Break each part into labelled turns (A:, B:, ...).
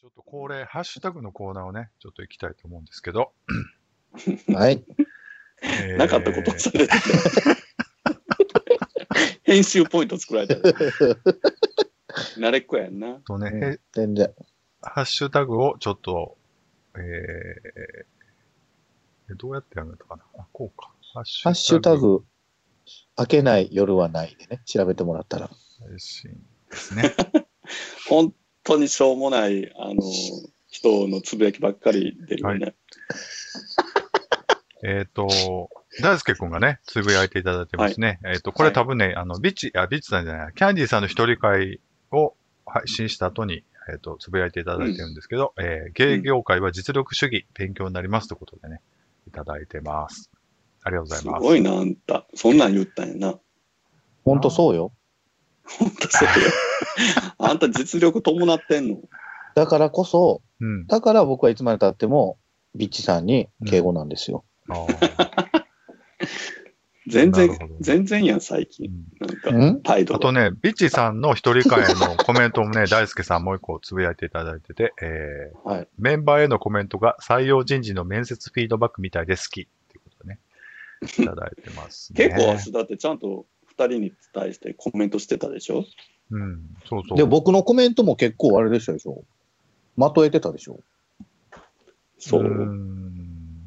A: ちょっと恒例、ハッシュタグのコーナーをね、ちょっと行きたいと思うんですけ ど。
B: はい。
A: えー
C: なかったことされて。 編集ポイント作られた。慣れっこやんな。
A: とね、
B: うん
A: へ
B: 全然。
A: ハッシュタグをちょっと、えーどうやってやるのかなあ、こうか。ハッシ
B: ハッシュタ。グ、開けない夜はないでね、調べてもらったら。
A: 配信ですね。
C: 本当にしょうもない、あの、人のつぶやきばっかり出るよね。
A: えっと、大輔くんがね、つぶやいていただいてますね。えっと、これ
C: はい
A: 多分ね、あの、ビッチ、あ、ビッチさんじゃない、キャンディーさんの一人会を配信した後に、えっと、つぶやいていただいてるんですけど、えー芸業界は実力主義、勉強になりますということでね、いただいてます。ありがとうござ
C: す
A: います。
C: ごいな、あんた。そんなん言ったんやな。
B: ほんとそうよ。
C: 本当そうよ。 あんた実力伴ってんの。
B: だからこそ、
A: うん。
B: だから僕はいつまでたっても、ビッチさんに敬語なんですよ。
A: あー
C: 全
A: な
C: 然
A: るほど、
C: 全然やん、最
A: う
C: 近。
A: ん
C: なん
B: う
C: か、
B: ん
C: 態度
A: あと
C: が。
A: ね、ビッチさんの一人会のコメントもね、大輔さんもう一個つぶやいていただいてて、えー
C: はい
A: メンバーへのコメントが採用人事の面接フィードバックみたいで好きっていうことでね、いただいてます ね。
C: 結構私だってちゃんと二人に対してコメントしてたでしょ
A: うん、そうそう。
B: で、僕のコメントも結構あれでしたでしょ。まとえてたでしょ。
C: そう
A: ー
C: う。
A: ん。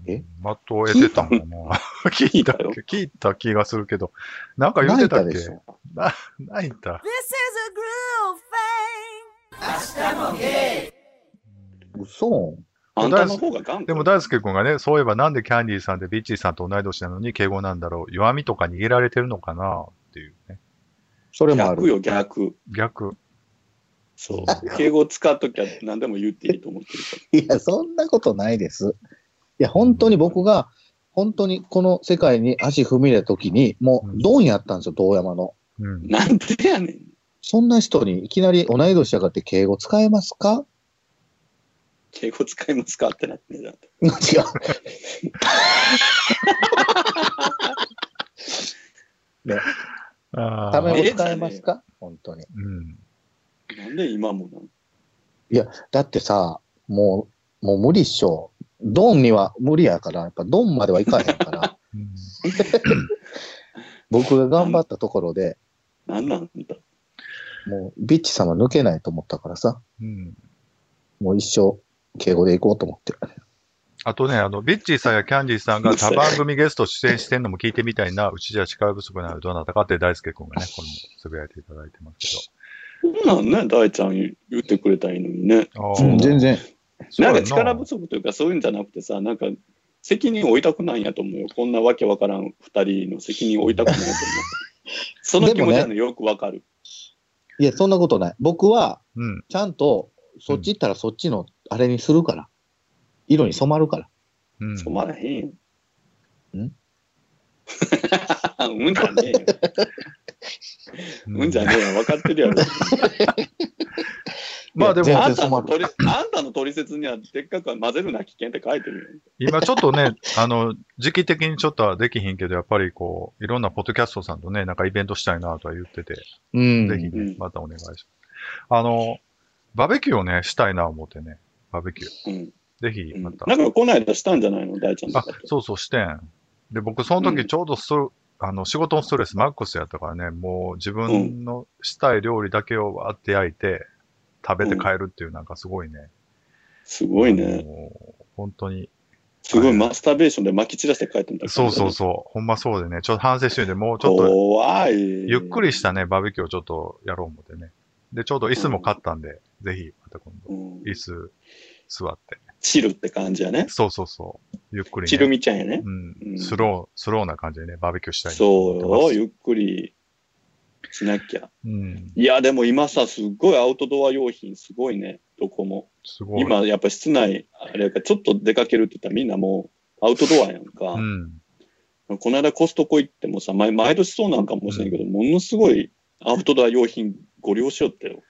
B: え
A: まとえてたのかな聞いた、
C: 聞いたよ
A: 聞いた気がするけど、なんか言っ
B: 泣
A: て
B: い
A: た
B: た
A: っ
B: で
A: け
B: しょ。
A: ないんだ。
D: This is a groove thing.
B: 嘘
C: あんたの方が頑固
A: でも大輔君がね、そういえばなんでキャンディーさんってビッチーさんと同い年なのに敬語なんだろう弱みとか逃げられてるのかなっていうね。
B: それもあ
C: 逆
B: る。
C: よ、逆。
A: 逆。
C: そう。 敬語使うときは何でも言っていいと思ってるか
B: いや、そんなことないです。いや、本当に僕が、本当にこの世界に足踏み入れた時に、もう、ドンやったんですよ、堂山の。
A: うん。
C: ら。なんでやねん。
B: そんな人にいきなり同い年だからって敬語使えますか
C: 敬語使いますかってなってんじゃ
B: 違
C: ん。
B: う。
A: あ
B: タメ
A: ー
B: 語使えますか本当に。
A: うん。
C: なんで今もなん
B: だってさ、もう、もう無理っしょ。ドンには無理やから、やっぱドンまではいかへんから、
A: うん
B: 僕が頑張ったところで、
C: なんなんだ
B: もうビッチさんは抜けないと思ったからさ、
A: うん。
B: もう一生敬語でいこうと思って。
A: あとね、あの、ビッチーさんやキャンディーさんが他番組ゲスト出演してんのも聞いてみたいな、うちじゃ力不足なのどなたかって大輔君がね、これもつぶやいていただいてますけ
C: そんなんね、大ちゃん言ってくれたらいいのにね。
A: ど。あー
B: うん全然。
A: そう
C: な
A: や
C: んか力不足というかそういうんじゃなくてさ、なんか責任を負いたくないんやと思うよ。こんなわけわからん二人の責任を負いたく ないと思う。その気持ちはねよくわかる。
B: いや、そんなことない。僕は、
A: うん。
B: ちゃんと、そっち行ったらそっちの、あれにするから。色に染まるから。
A: うん。
C: 染まらへんよ。
B: ん
C: うんじゃねえよ。うんじゃねえよ。分かってるやろ。
A: まあで
B: い
A: も
B: や、
C: あ
B: 全
C: んた
B: 然
C: の取り、あんたの取説には、でっかくは混ぜるな危険って書いてる
A: 今ちょっとね、あの、時期的にちょっとはできひんけど、やっぱりこう、いろんなポッドキャストさんとね、なんかイベントしたいなとは言ってて、
B: う
A: ぜひ
B: ん。
A: ね
C: う、ん
A: またお願いします。あの、バーベキューをね、したいな思ってね、バーベキュー。
C: よ。うん。
A: ぜひ
C: う
A: ま
C: ん、
A: た。
C: なんかこの間したんじゃないの大ちゃんと
A: あ
C: かと。、
A: そうそう、してん。で、僕、その
C: う
A: 時
C: ん
A: ちょうどスト、あの、仕事のストレスマックスやったからね、もう自分のしたい料理だけをわーって焼いて、食べて帰るっていう、なんかすごいね。
C: すごいね。
A: もう本当に。
C: すごいマスターベーションで撒き散らして書いてんだ
A: そうそうそう。ほんまそうでね。ちょっと反省してるんで、もうちょっと、
C: 怖い。
A: ゆっくりしたね、バーベキューをちょっとやろう思ってね。で、ちょうど椅子も買ったんで、ぜひ、また今度、
C: うん
A: 椅子座って。
C: チルって感じやね。
A: そうそうそう。ゆっくり
C: チル
A: ね。
C: みちゃんやね。
A: う。
C: うんん
A: スロー、スローな感じでね、バーベキューしたいなと
C: そう
A: 思
C: よ。
A: って
C: ゆっくりしなきゃ。
A: ます。うん。
C: いや、でも今さ、すっごいアウトドア用品、すごいね。どこも。
A: すごい。
C: 今、やっぱ室内、あれやから、ちょっと出かけるって言ったらみんなもう、アウトドアやんか。
A: うん。
C: この間コストコ行ってもさ、毎毎年そうなんかもしれんけど、ものすごいアウトドア用品ご利用しよったよ。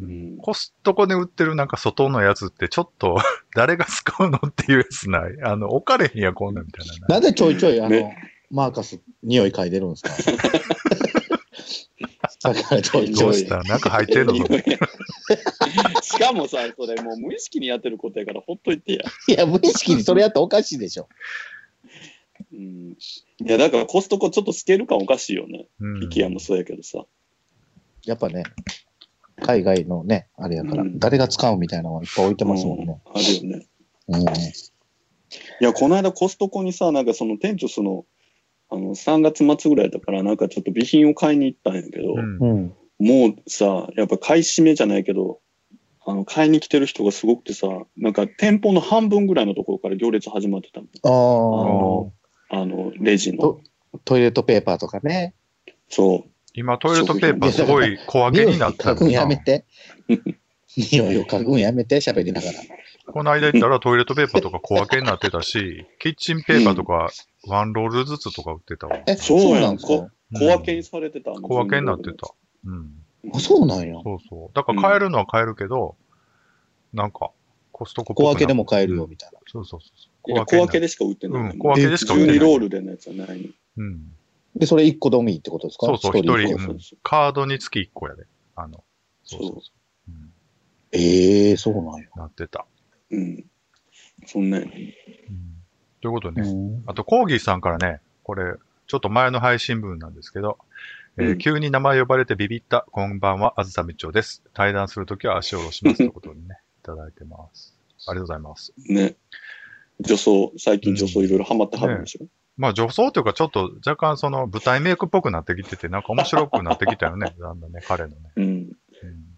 A: う
C: うん
A: コストコで売ってるなんか外のやつってちょっと誰が使うのっていうやつないあの、置かれへんやこんなんみたいな。
B: なぜちょいちょい、あの
C: ね、
B: マーカス、匂い嗅いでるんですか逆らとい
A: ど
B: て
A: う。したなんか入ってんの
C: しかもさ、それもう無意識にやってることやから、ほっといてや。
B: いや、無意識にそれやったらおかしいでしょ。
C: うん、いや、だからコストコちょっとスケール感おかしいよね。
A: うん
C: イケアもそうやけどさ。
B: やっぱね、海外のね、あれやから、
C: うん
B: 誰が使うみたいなのはいっぱい置いてますもんね。
C: うんあるよね。
B: うん。
C: いや、この間コストコにさ、なんかその店長、その、あの、3月末ぐらいだから、なんかちょっと備品を買いに行ったんやけど、
A: うん
B: うん。
C: もうさ、やっぱ買い占めじゃないけど、あの、買いに来てる人がすごくてさ、なんか店舗の半分ぐらいのところから行列始まってたの。
B: ああ
C: のあの、レジの
B: と。トイレットペーパーとかね。
C: そ
A: 今トイレットペーパーすごい小分けになった
B: 匂い嗅ぐんやめ
A: な。
B: て。匂いを嗅ぐんやめて、喋りながら。
A: この間行ったらトイレットペーパーとか小分けになってたし、キッチンペーパーとかワンロールずつとか売ってたわ。
B: え、
C: そうやん
B: そうなんです
C: う。小分けにされてたの。
A: 小分けになってた。うん。
B: か。あ、そうなんや。
A: そうそう。だから買えるのは買えるけど、なんか、コストコっぽ
B: 小
A: くな
B: 分けでも買えるよ、みたいな。
A: そうそうそう。
C: 小分け小分け
A: で。
C: でしか売ってないの。
A: うん小分けでしか売ってない
C: 12ロールでのやつはないの。
A: うん。
B: で、それ1個ドミーってことですか
A: そうそう
B: 一
A: 一
B: 一
A: 人
B: 個
A: うんカードにつき1個やで。あの、そうそうそう。うん、
B: ええー、そうなんや。
A: なってた。
C: うん。そんなやね
A: うん。ということでね、
B: うん
A: あと、コーギーさんからね、これ、ちょっと前の配信分なんですけど、えー
C: うん
A: 急に名前呼ばれてビビった、こんばんは、あずさみちょです。対談するときは足を下ろしますということにね、いただいてます。ありがとうございます。
C: ね。女装、最近女装いろいろハマってはるんでしょ。
A: まあ、女装というか、ちょっと若干その舞台メイクっぽくなってきてて、なんか面白くなってきたよね、 だんだんね、彼のね。
C: うん。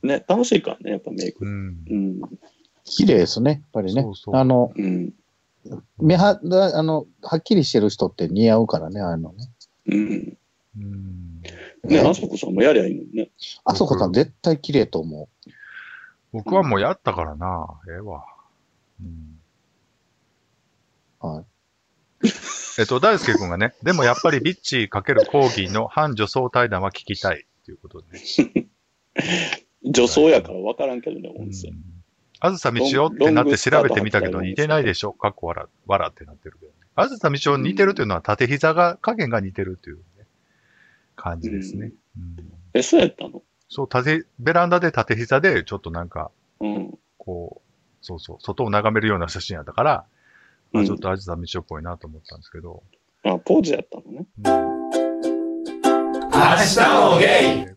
C: ね、楽しいからね、やっぱメイ
A: う
C: ク。
A: ん。
C: うん。
B: 綺麗ですね、やっぱりね。
A: そうそう
B: あの、
C: うん。
B: 目は、あの、はっきりしてる人って似合うからね、あのね。
C: うん。
A: うん。
B: ね
C: ね、あそこさんもやりゃいいのにね。
B: あそこさん絶対綺麗と思
A: 僕はもうやったからな、ええわ。うん。
B: う。はい。
A: えっと、大輔君がね、でもやっぱりビッチー×コーギーの反女装対談は聞きたいということでね。
C: 女装やから分からんけどね、音声。
A: あずさみちおってなって調べてみたけど似てないでしょかっこわら、わらってなってるけどね。あずさみちおに似てるというのは縦膝が、加減が似てるという、ね、感じですね。うん
C: え、そうやったの
A: そう、縦、ベランダで縦膝でちょっとなんか、
C: うん。
A: こう、そうそう、外を眺めるような写真やったから、
C: う
A: あ
C: ん
A: ちょっとあずさみちおっぽいなと思ったんですけど。
C: あ、ポーズやったのね。
A: えー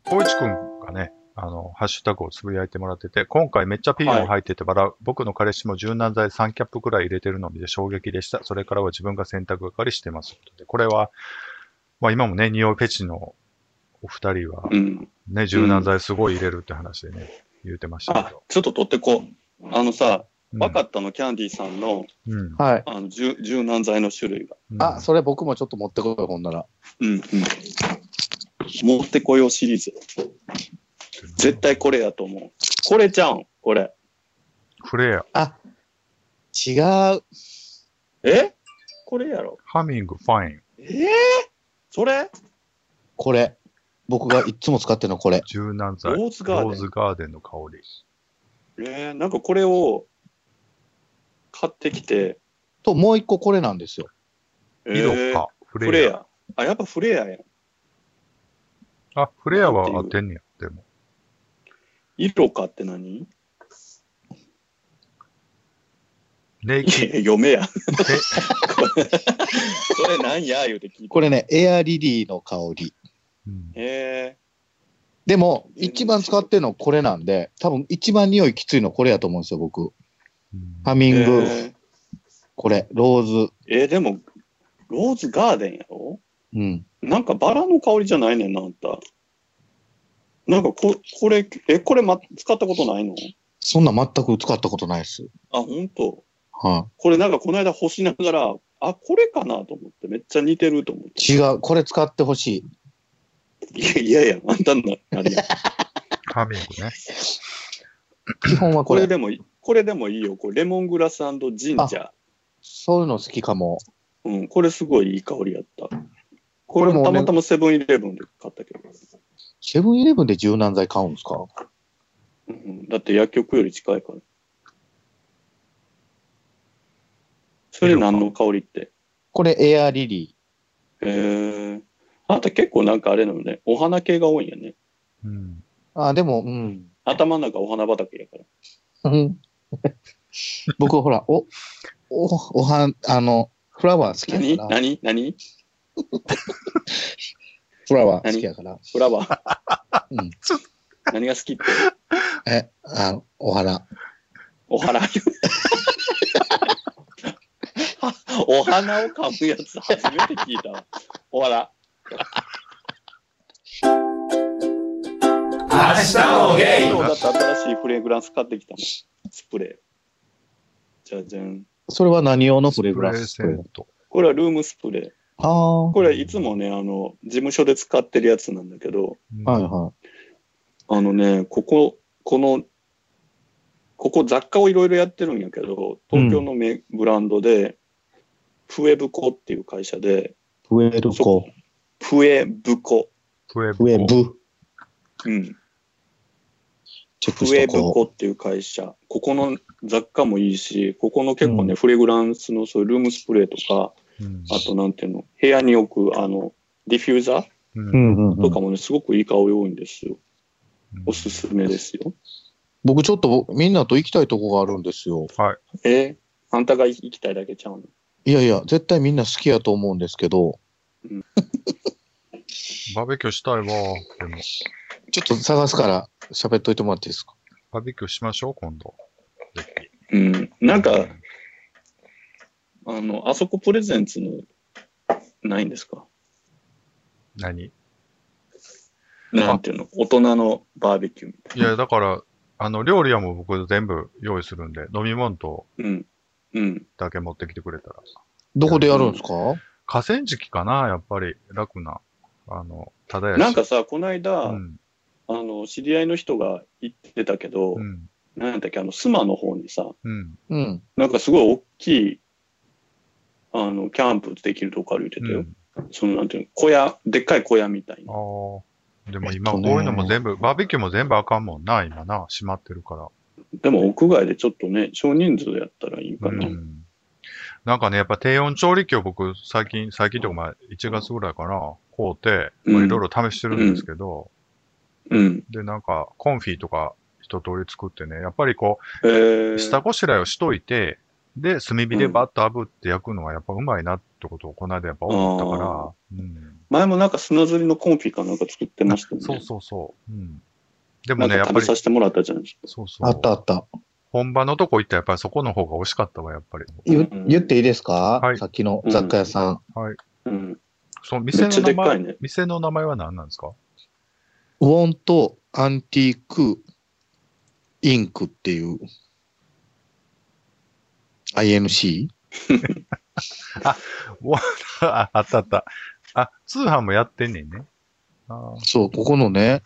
A: 光一くんがね、あの、ハッシュタグをつぶやいてもらってて、今回めっちゃピーヨン入ってて笑う。僕の彼氏も柔軟剤3キャップくらい入れてるのを見て衝撃でした。それからは自分が洗濯係してます。でこれは、まあ今もね、匂いフェチのお二人は
C: う、ん。
A: ね、柔軟剤すごい入れるって話でね、言ってましたけ
C: あ
A: ど。、
C: ちょっと取ってこう。あのさ、
A: うん
C: 分かったの、キャンディーさんの
A: うん。
B: はい。
C: あの柔柔軟剤の種類が。
A: うん
B: あ、それ僕もちょっと持ってこい、ほんなら。
C: うんうん。持ってこようシリーズ。絶対これやと思う。これちゃうん、これ。
A: フレア、
B: あ、違う。
C: えこれやろ。
A: ハミング、ファイン、
C: えー、それ
B: これ。僕がいつも使ってるのこれ。
A: 柔軟
C: ロ
A: 剤、ロ
C: ーズガー
A: ー
C: デン
A: ズ。ガーデンの香り。
C: えー、なんかこれを買ってきて、
B: と、もう一個これなんですよ。
C: え
A: イロ
C: ー
A: カ、フ
C: フ
A: レ
C: レ
A: ア。
C: ア。あ、やっぱフレアやん。
A: あ、フレアは合ってんねや、でも。
C: イロカって何い
A: ネイキ
C: や読めや。
A: え
C: それなんや言うて聞いて。
B: これね、エアリリーの香り。
A: うん
C: え
B: でも、一番使ってるのこれなんで、多分一番匂いきついのこれやと思うんですよ、僕。
A: うん
B: ハミ
C: ー、
B: ング、
C: えー
B: これ、ローズ。
C: えーでも、ローズガーデンやろ
B: うん。
C: なんかバラの香りじゃないねんな、あんた。なんかこ、これ、え、これ、ま、使ったことないの
B: そんな全く使ったことないです。
C: あ、ほんと。
B: は
C: これなんかこの間干しながら、あ、これかなと思って、めっちゃ似てると思っ
B: い。違う。これ使ってほしい。
C: て。いやいやいや、あんたのあれや。
A: ハミングね。
B: 基本は
C: こ
B: こ
C: れ
B: れ。
C: でもいい、これでもいいよ。これレモングラスジンジンジャー。
B: そういうの好きかも。
C: うん、これすごいいい香りやった。こ
B: こ
C: れ
B: れ
C: も
B: も
C: た
B: ね
C: またまセブンイレブンで買ったけど。
B: セブンイレブンで柔軟剤買うんですか
C: うん、だって薬局より近いから。それ何の香りって
B: これ、エアリリ
C: へえ。あなた結構なんかあれなのね、お花系が多いんやね。
A: うん。
B: あ、でも、うん。
C: 頭の中お花畑やから。
B: うん、僕、ほら、お、お、おは、あの、フラワー好き
C: 何
B: やから。
C: 何何
B: フラワー好きやから。
C: フラワー。
B: うん、
C: 何が好きって。
B: え、あの、お花。
C: お花。お花を噛むやつ初めて聞いたわ。お花。今日だって新しいフレグランス買ってきたもん。スプレー。じゃじゃん。
B: それは何用のフレグランス
A: セント。
C: これはルームスプレー。
B: ああ、は
C: これはいつもね、あの、事務所で使ってるやつなんだけど、
A: うん
B: いは
C: あのね、ここ、この、ここ雑貨をいろいろやってるんやけど、東京のめ、ブランドで、フエブコっていう会社で、
B: い。フエルコ、
C: フエブコ。
A: プエブコ
B: フエブ、
C: うん。
B: チェック
C: フエ
B: し
C: ブ
B: とこ
C: コっていう会社。ここの雑貨もいいし、ここの結構ね、フレグランスのそういうルームスプレーとか、
A: うん
C: あとなんていうの、部屋に置く、あの、ディフューザー
A: う
B: う。うんんうんう
C: と
B: ん
C: かもね、すごくいい香り多いんですよ。おすすめですよ。
B: 僕ちょっとみんなと行きたいとこがあるんですよ。
C: えあんたが行きたいだけちゃうの
B: いやいや、絶対みんな好きやと思うんですけど、
A: バーベキューしたいわ。でも、
B: ちょっと探すから喋っといてもらっていいですか。
A: バーベキューしましょう、今度。
C: うん。なん
A: う
C: か、あの、あそこプレゼンツの、ないんですか
A: 何い
C: なんていうの大人のバーベキューみたい
A: や、だから、あの、料理はもう僕全部用意するんで、飲み物と
C: な。うん。うん。
A: だけ持ってきてくれたら。
B: どこでやるんですか
A: 河川敷かな、やっぱり。楽な。あの、ただやし。
C: なんかさ、この間、
A: うん、
C: あの、知り合いの人が行ってたけど、
A: うん、
C: なんだっけ、あの、スマの方にさ、
A: うん。
B: うん。
C: なんかすごい大きい、あの、キャンプできるとこ歩いてたよ。
A: うん
C: その、なんていうの小屋、でっかい小屋みたい
A: あ
C: な。
A: あ。でも今、
B: え
A: こう
B: っとね
A: いうのも全部、バーベキューも全部あかんもんな、今な。閉まってるから。
C: でも屋外でちょっとね、少人数やったらいいか
A: う
C: な。
A: ん。なんかね、やっぱ低温調理器を僕、最近、最近とか、まあ、1月ぐらいかな、買うて、まあ
C: うん
A: いろいろ試してるんですけど、
C: うん。
A: で、なんか、コンフィとか一通り作ってね、やっぱりこ
C: え
A: う、
C: ー、
A: 下ごしらえをしといて、で、炭火でバッと炙って焼くのはやっぱうまいなってことをこの間やっぱ思ったから、うん。
C: 前もなんか砂ずりのコンフィかなんか作ってましたよね。
A: そうそうそう。うん。で
C: な
A: も
C: ん
A: ね、や
C: か
A: っ
C: 食
A: ぱ
C: べ
A: り、
C: させてもらったじゃないですか。
A: そうそう。
B: あったあった。
A: 本場のとこ行ったらやっぱりそこの方が美味しかったわ、やっぱり。
B: 言
C: うん
B: 言っていいですか、
A: はい
B: さっきの雑貨屋さん。
C: うん。
A: その
C: め
A: 店
C: っちゃ
A: の
C: で
A: 名
C: っか
A: 前、
C: いね。
A: 店の名前は何なんですか
B: ウォンとアンティークインクっていう INC?
A: ああったあった。あ、通販もやってんねんね。あー
B: そう、ここのね、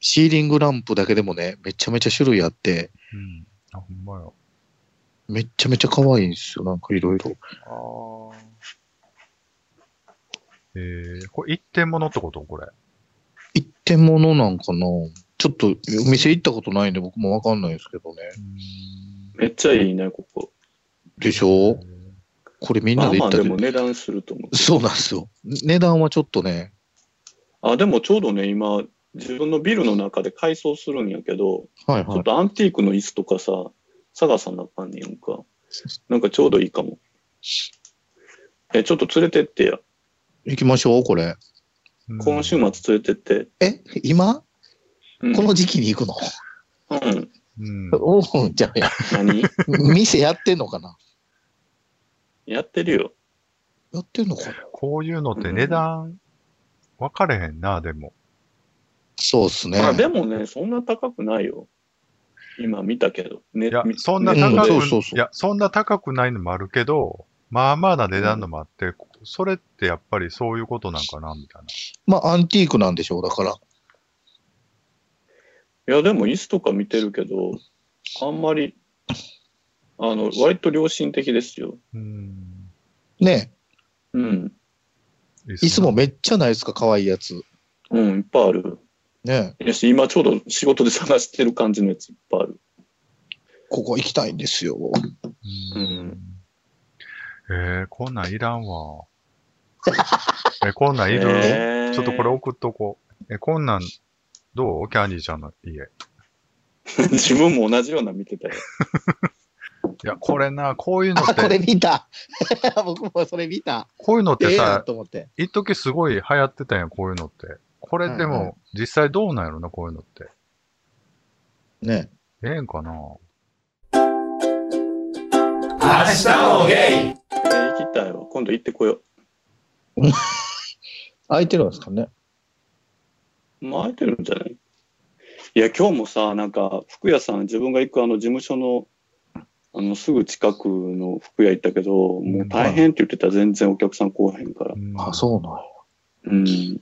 B: シーリングランプだけでもね、めちゃめちゃ種類あって、
A: うん。あ、ほんまよ。
B: めっちゃめちゃ可愛いんですよ、なんかいろいろ。
A: あえー、これ一点物ってことこれ。
B: 一点物なんかなちょっとお店行ったことないんで僕もわかんないですけどね。
C: めっちゃいいね、ここ。
B: でしょこれみん
C: ま
B: な
C: あ
B: で
C: ま
B: 行
C: あ
B: った
C: で
B: ら、
C: も値段すると思う。
B: そうなんですよ。値段はちょっとね、
C: あ、でもちょうどね、今、自分のビルの中で改装するんやけど、
B: はい
C: ちょ
B: は
C: っ
B: い。
C: とアンティークの椅子とかさ、探さなあかんねや んか。なんかちょうどいいかも。え、ちょっと連れてってや。
B: 行きましょう、これ。
A: うん
C: 今週末連れてって。
B: え今
C: うん
B: この時期に行くの、
C: うん。
A: うん。
B: おうん、じゃあ や、
C: 何
B: 店やってんのかな
C: やってるよ。
B: やってんのかな
A: こういうのって値段、分かれへんな、でも。
B: そうっすね。
C: まあでもね、そんな高くないよ。今見たけど。ね、
A: いや、
C: み
A: そんな
C: ネット
A: 高
C: で
B: うん
A: く、
B: そうそうそう
A: いや、そんな高くないのもあるけど、まあまあな値段のもあって、それってやっぱりそういうことなんかな、みたいな。
B: まあ、アンティークなんでしょう、だから。
C: いや、でも椅子とか見てるけど、あんまり、あの、割と良心的ですよ。
A: うん。
B: ね
C: うん。
A: 椅
B: 椅子もめっちゃないですか、可愛いやつ。
C: うん、いっぱいある。
B: ね
C: よし、今ちょうど仕事で探してる感じのやついっぱいある。
B: ここ行きたいんですよ。
A: うん。えー、こんなんいらんわ。 え、こんなんいる、
C: へー
A: ちょっとこれ送っとこう。え、こんなんどうキャンディーちゃんの家。い
C: 自分も同じような見てたよ。
A: や、これな、こういうのっ
B: あ、これ
A: て、
B: 見た。 僕もそれ見た。
A: こういうのっ
B: え
A: て
B: えな
A: さ、
B: と思って。
A: 一時すごい流行ってたやん、こういうのって。これで
B: はいは
A: も、実際どうなんやろな、こういうのって。
B: ね。
A: ええんかな
C: えー、行きたいわ。今度行ってこよ
B: 空いてるんですかね。
C: う。まあ、空いてるんじゃないいや、今日もさ、なんか、服屋さん、自分が行くあの、事務所の、あの、すぐ近くの服屋行ったけど、もう大変って言ってたら全然お客さん来おへんから。
B: あ、そうなんや。
C: うん。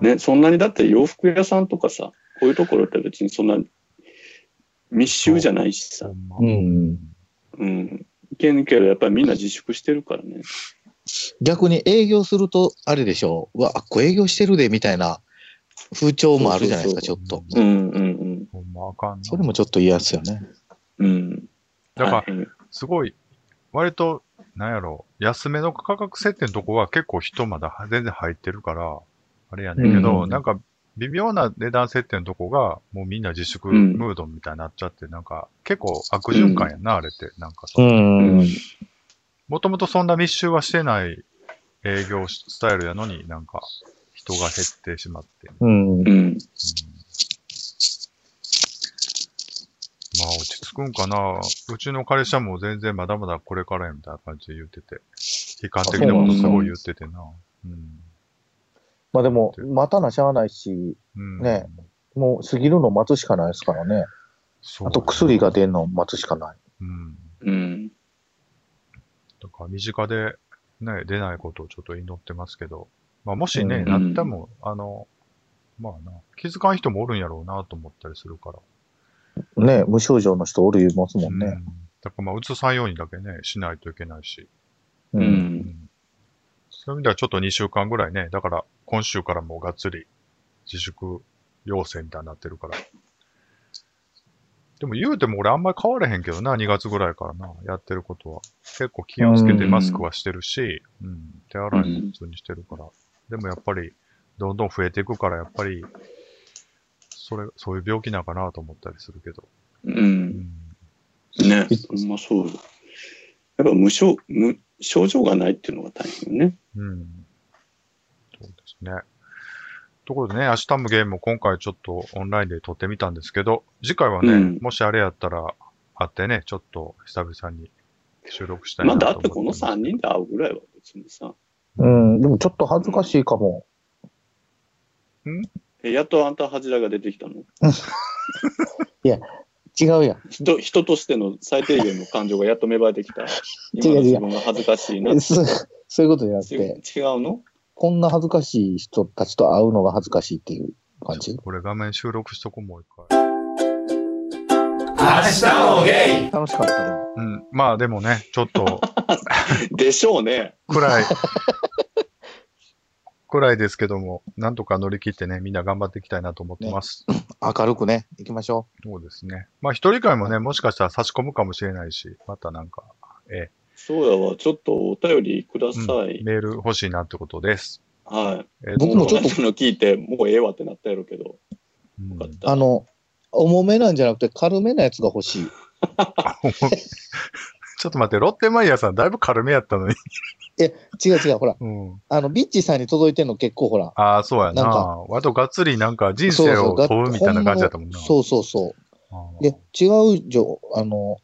C: ね、そんなにだって洋服屋さんとかさ、こういうところって別にそんな密集じゃないしさ
A: ほ、んま
B: うん。
C: うん。いけんけど、やっぱりみんな自粛してるからね。
B: 逆に営業すると、あれでしょう。うわ、あっこ営業してるで、みたいな風潮もあるじゃないですか、ち
A: そ
B: ょ
A: う
B: っ
A: そうそう
B: と。
C: うんうん
A: ほんまあかんな。
B: それもちょっと嫌ですよね。
C: うん。うん。
A: だから、
C: ら、
A: すごい、割と、なんやろう、安めの価格設定のとこは結構人まだ全然入ってるから、あれやねんけど、
B: うん
A: なんか微妙な値段設定のとこが、もうみんな自粛
C: うん
A: ムードみたいになっちゃって、なんか結構悪循環やな、あれって。なんかさ、
B: ん
C: うん
A: もともとそんな密集はしてない営業スタイルやのに、なんか人が減ってしまって。うん
B: うん。
C: うん。
A: まあ落ち着くんかな。うちの会社も全然まだまだこれからやみたいな感じで言ってて。悲観的なことすごい言っててな。うん。
B: まあでも、待たなしゃあないし、
A: うん、
B: ねもう過ぎるの待つしかないですからね。
A: そう
B: あと薬が出るの待つしかない。
A: うん。
C: うん。
A: だから身近で、ね、出ないことをちょっと祈ってますけど、まあ、もしね、
B: うん
A: なっても、あの、まあな、気づかん人もおるんやろうなと思ったりするから。
B: ね、無症状の人おる言いますもん
A: う
B: ね。
A: んだからまあ、うつさんようにだけね、しないといけないし。
B: う。
C: うん。
A: うんんそういう意味ではちょっと2週間ぐらいね、だから今週からもうがっつり自粛要請みたいになってるから。でも言うても俺あんまり変われへんけどな、2月ぐらいからな、やってることは。結構気をつけてマスクはしてるし、うん、手洗いも普通にしてるから。でもやっぱり、どんどん増えていくから、やっぱり、それ、そういう病気なんかなと思ったりするけど。う
C: う。
A: んん、
C: ね。ほんまそうよ。やっぱ無症、無症状がないっていうのが大変よね。
A: うん。そうですね。ところでね、明日もゲームを今回ちょっとオンラインで撮ってみたんですけど、次回はね、
C: うん
A: もしあれやったら会ってね、ちょっと久々に収録したい
C: ま
A: なと
C: あ、だ
A: 思
C: ってこの
A: ます
C: 3人で会うぐらいは別にさ。
B: うん。でもちょっと恥ずかしいかも。
C: えやっとあんた恥じらが出てきたの。
B: 違うやん。
C: 人人としての最低限の感情がやっと芽生え てきた。今の自分が恥ずかしいな。違う
B: そうそういうことじゃなくて、
C: 違うの
B: こんな恥ずかしい人たちと会うのが恥ずかしいっていう感じ。
A: これ画面収録しとこうもう一回。
B: 楽しかったでも
A: うん。まあでもね、ちょっ と
C: でしょうね。
A: 暗い、暗いですけども、なんとか乗り切ってね、みんな頑張っていきたいなと思ってます。
B: 明るくね、行きましょ
A: そうですね。まあ一人会もね、もしかしたら差し込むかもしれないし、またなんか、え
C: そうやわ。ちょっとお便りくだ
A: え、うん
C: さい。
A: メール欲しいなってことです。
C: はい。
A: えっと
B: 僕もちょっと
C: この人の聞いて、もうええわってなったやろうけど。
A: うん
C: よかっ
B: う。
C: た。
B: あの、重めなんじゃなくて軽めなやつが欲しい。
A: ちょっと待って、ロッテマイヤーさんだいぶ軽めやったのに。
B: 違う違う、ほら、
A: うん。
B: あの、ビッチさんに届いてんの結構ほら。
A: ああ、そうやな。
B: なんか
A: 割とがっつりなんか人生を
B: が
A: 問うみたいな感じだったもんな。
B: そうそうそう
A: あー
B: で、違うじょ、あの、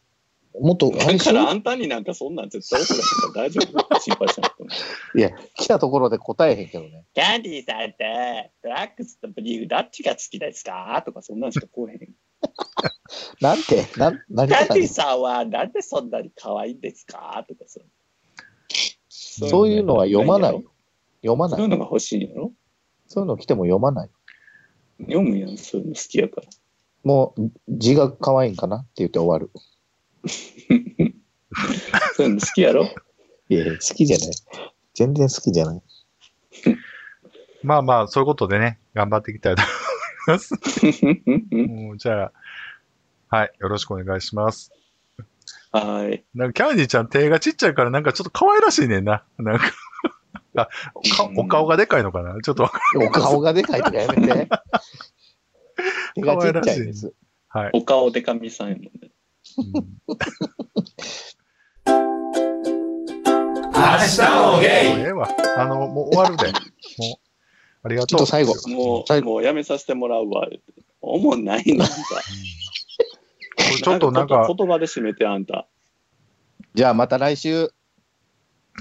B: もっと、あれ
C: だ
B: でしょ
C: からあんたになんかそんなん絶対起こらへんから大丈夫。心配しなく ても。
B: いや、来たところで答えへんけどね。
C: キャンディーさんって、ブラックスとブリーフどっちが好きですかとかそんなんしか来おへん。
B: なんて、なん、何
C: キャンデ
B: 何
C: ィーさんはなんでそんなに可愛いんですかとかさ。
B: そういうのは読まない
C: そういうの
B: よ。読ま
C: そうい
B: な
C: う
B: い。
C: のが欲しいんやろ
B: そういうの来ても読まない。
C: 読むやん、そういうの好きやから。
B: もう、字が可愛いんかなって言って終わる。
C: そういうの好きやろ
B: いやいや、好きじゃない。全然好きじゃない。
A: まあまあ、そういうことでね、頑張っていきたいと思います。もうじゃあ、はい、よろしくお願いします。
C: はい。
A: なんか、キャンディーちゃん手がちっちゃいからなんかちょっと可愛らしいねんな。なんか、か、お顔お顔がでかいのかなちょっとわかん
B: お顔がでかいとかやめ て。手がちっちゃいです。
A: はい。
C: お顔でかみさんやもんね。
E: 明日もゲイ
A: うんもうええわ。あの、もう終わるで。もう、ありが
B: ち
A: とう。
B: ょっと最後。
C: も
B: 最
C: う、
B: 後
C: もうやめさせてもらうわ。おもんないな、あんた。
A: これちょっとなんか、
C: 言葉で締めて、あんた。
B: じゃあまた来週。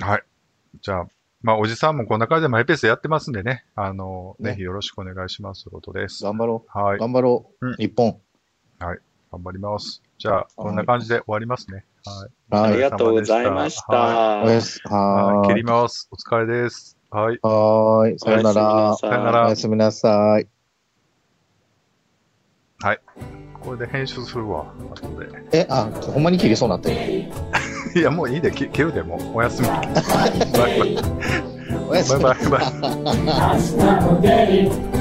A: はい。じゃあ、まあ、おじさんもこんな感じでマイペースでやってますんでね。あの、
B: ね
A: ぜひよろしくお願いしますということです。は
B: 頑張ろう。
A: い。
B: 頑張ろ
A: うん
B: う。日本。
A: 頑張ります。じゃあ、こんな感じで終わりますね。はい。
C: あ
B: は
C: り
B: い。
C: がとうございました。
A: は
B: おやす。
A: は。
B: はい
A: 切
B: ー
A: り
B: い。
A: ます。お疲れです。はい。
B: はーい。さよなら。
C: さ
A: よなら
B: おやすみなさい。
A: これで編集するわ。後で。
B: え、あ、ほんまに切りそうになってる。
A: いや、もういいで、き切るでもう。お やすみ。バイバイ。
B: おやすみな
A: バイバ
B: さい
A: イ。バイ
E: 明日もゲイ